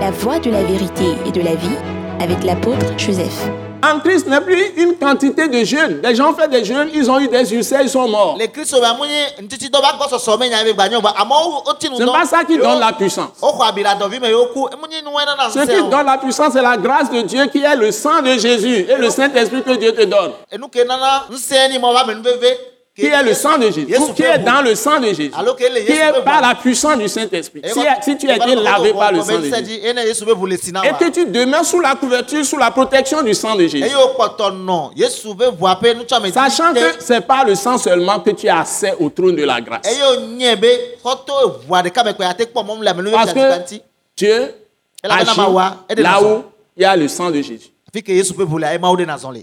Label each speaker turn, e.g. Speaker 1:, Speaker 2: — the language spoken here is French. Speaker 1: la voie de la vérité et de la vie avec l'apôtre Joseph.
Speaker 2: En Christ n'est plus une quantité de jeûnes. Les gens font des jeûnes, ils ont eu des ulcères, ils sont morts.
Speaker 3: le kristo bɛ amunye ntiti dɔ b'a gbɔsɔsɔ mɛ nya bɛ gba ɲɔgɔn bɔ amewo wotinu
Speaker 2: Ce n'est pas ça qui donne la puissance.
Speaker 3: o xɔ abila dɔvi mɛ y'o ku emunye nu wɛrɛ na
Speaker 2: Ce qui
Speaker 3: sɛ
Speaker 2: donne la puissance, c'est la grâce de Dieu qui est le sang de Jésus et le Saint-Esprit que Dieu te donne.
Speaker 3: o enu ke nana nsɛn ni mɔ va mɛ nu veve
Speaker 2: Qui est le sang de Jésus,
Speaker 3: Yesu
Speaker 2: qui
Speaker 3: fɛ
Speaker 2: est
Speaker 3: bu.
Speaker 2: dans le sang de Jésus,
Speaker 3: Alors qu'elle est
Speaker 2: qui
Speaker 3: Yesu
Speaker 2: est
Speaker 3: fɛ
Speaker 2: par
Speaker 3: bu.
Speaker 2: la puissance du Saint-Esprit.
Speaker 3: Et
Speaker 2: Si,
Speaker 3: quand-
Speaker 2: si tu
Speaker 3: et
Speaker 2: as
Speaker 3: quand
Speaker 2: été
Speaker 3: on-
Speaker 2: lavé
Speaker 3: on-
Speaker 2: par
Speaker 3: on-
Speaker 2: le
Speaker 3: on-
Speaker 2: sang de
Speaker 3: on-
Speaker 2: Jésus.
Speaker 3: dit, eh, ne, Yesu bɛ bu le sina
Speaker 2: Et
Speaker 3: wa.
Speaker 2: que tu demeures sous la couverture, sous la protection du sang de Jésus.
Speaker 3: eye wokpɔtɔ nɔ yesu be ʋua pe nutsɔ me
Speaker 2: Sachant que
Speaker 3: tɛ
Speaker 2: ce n'est pas le sang seulement que tu as accès au trône de la grâce.
Speaker 3: eye wonye be xɔtɔ ʋua ɖeka me kpɛ ate kpɔ mɔmu le ame nu
Speaker 2: Parce
Speaker 3: yɛtsi
Speaker 2: que
Speaker 3: ŋti
Speaker 2: Dieu
Speaker 3: Elle a
Speaker 2: agit
Speaker 3: la mawa, elle est
Speaker 2: là
Speaker 3: dans
Speaker 2: où il y a le sang de Jésus.
Speaker 3: fi ke yesu be ʋu le emawo ɖe nazɔ le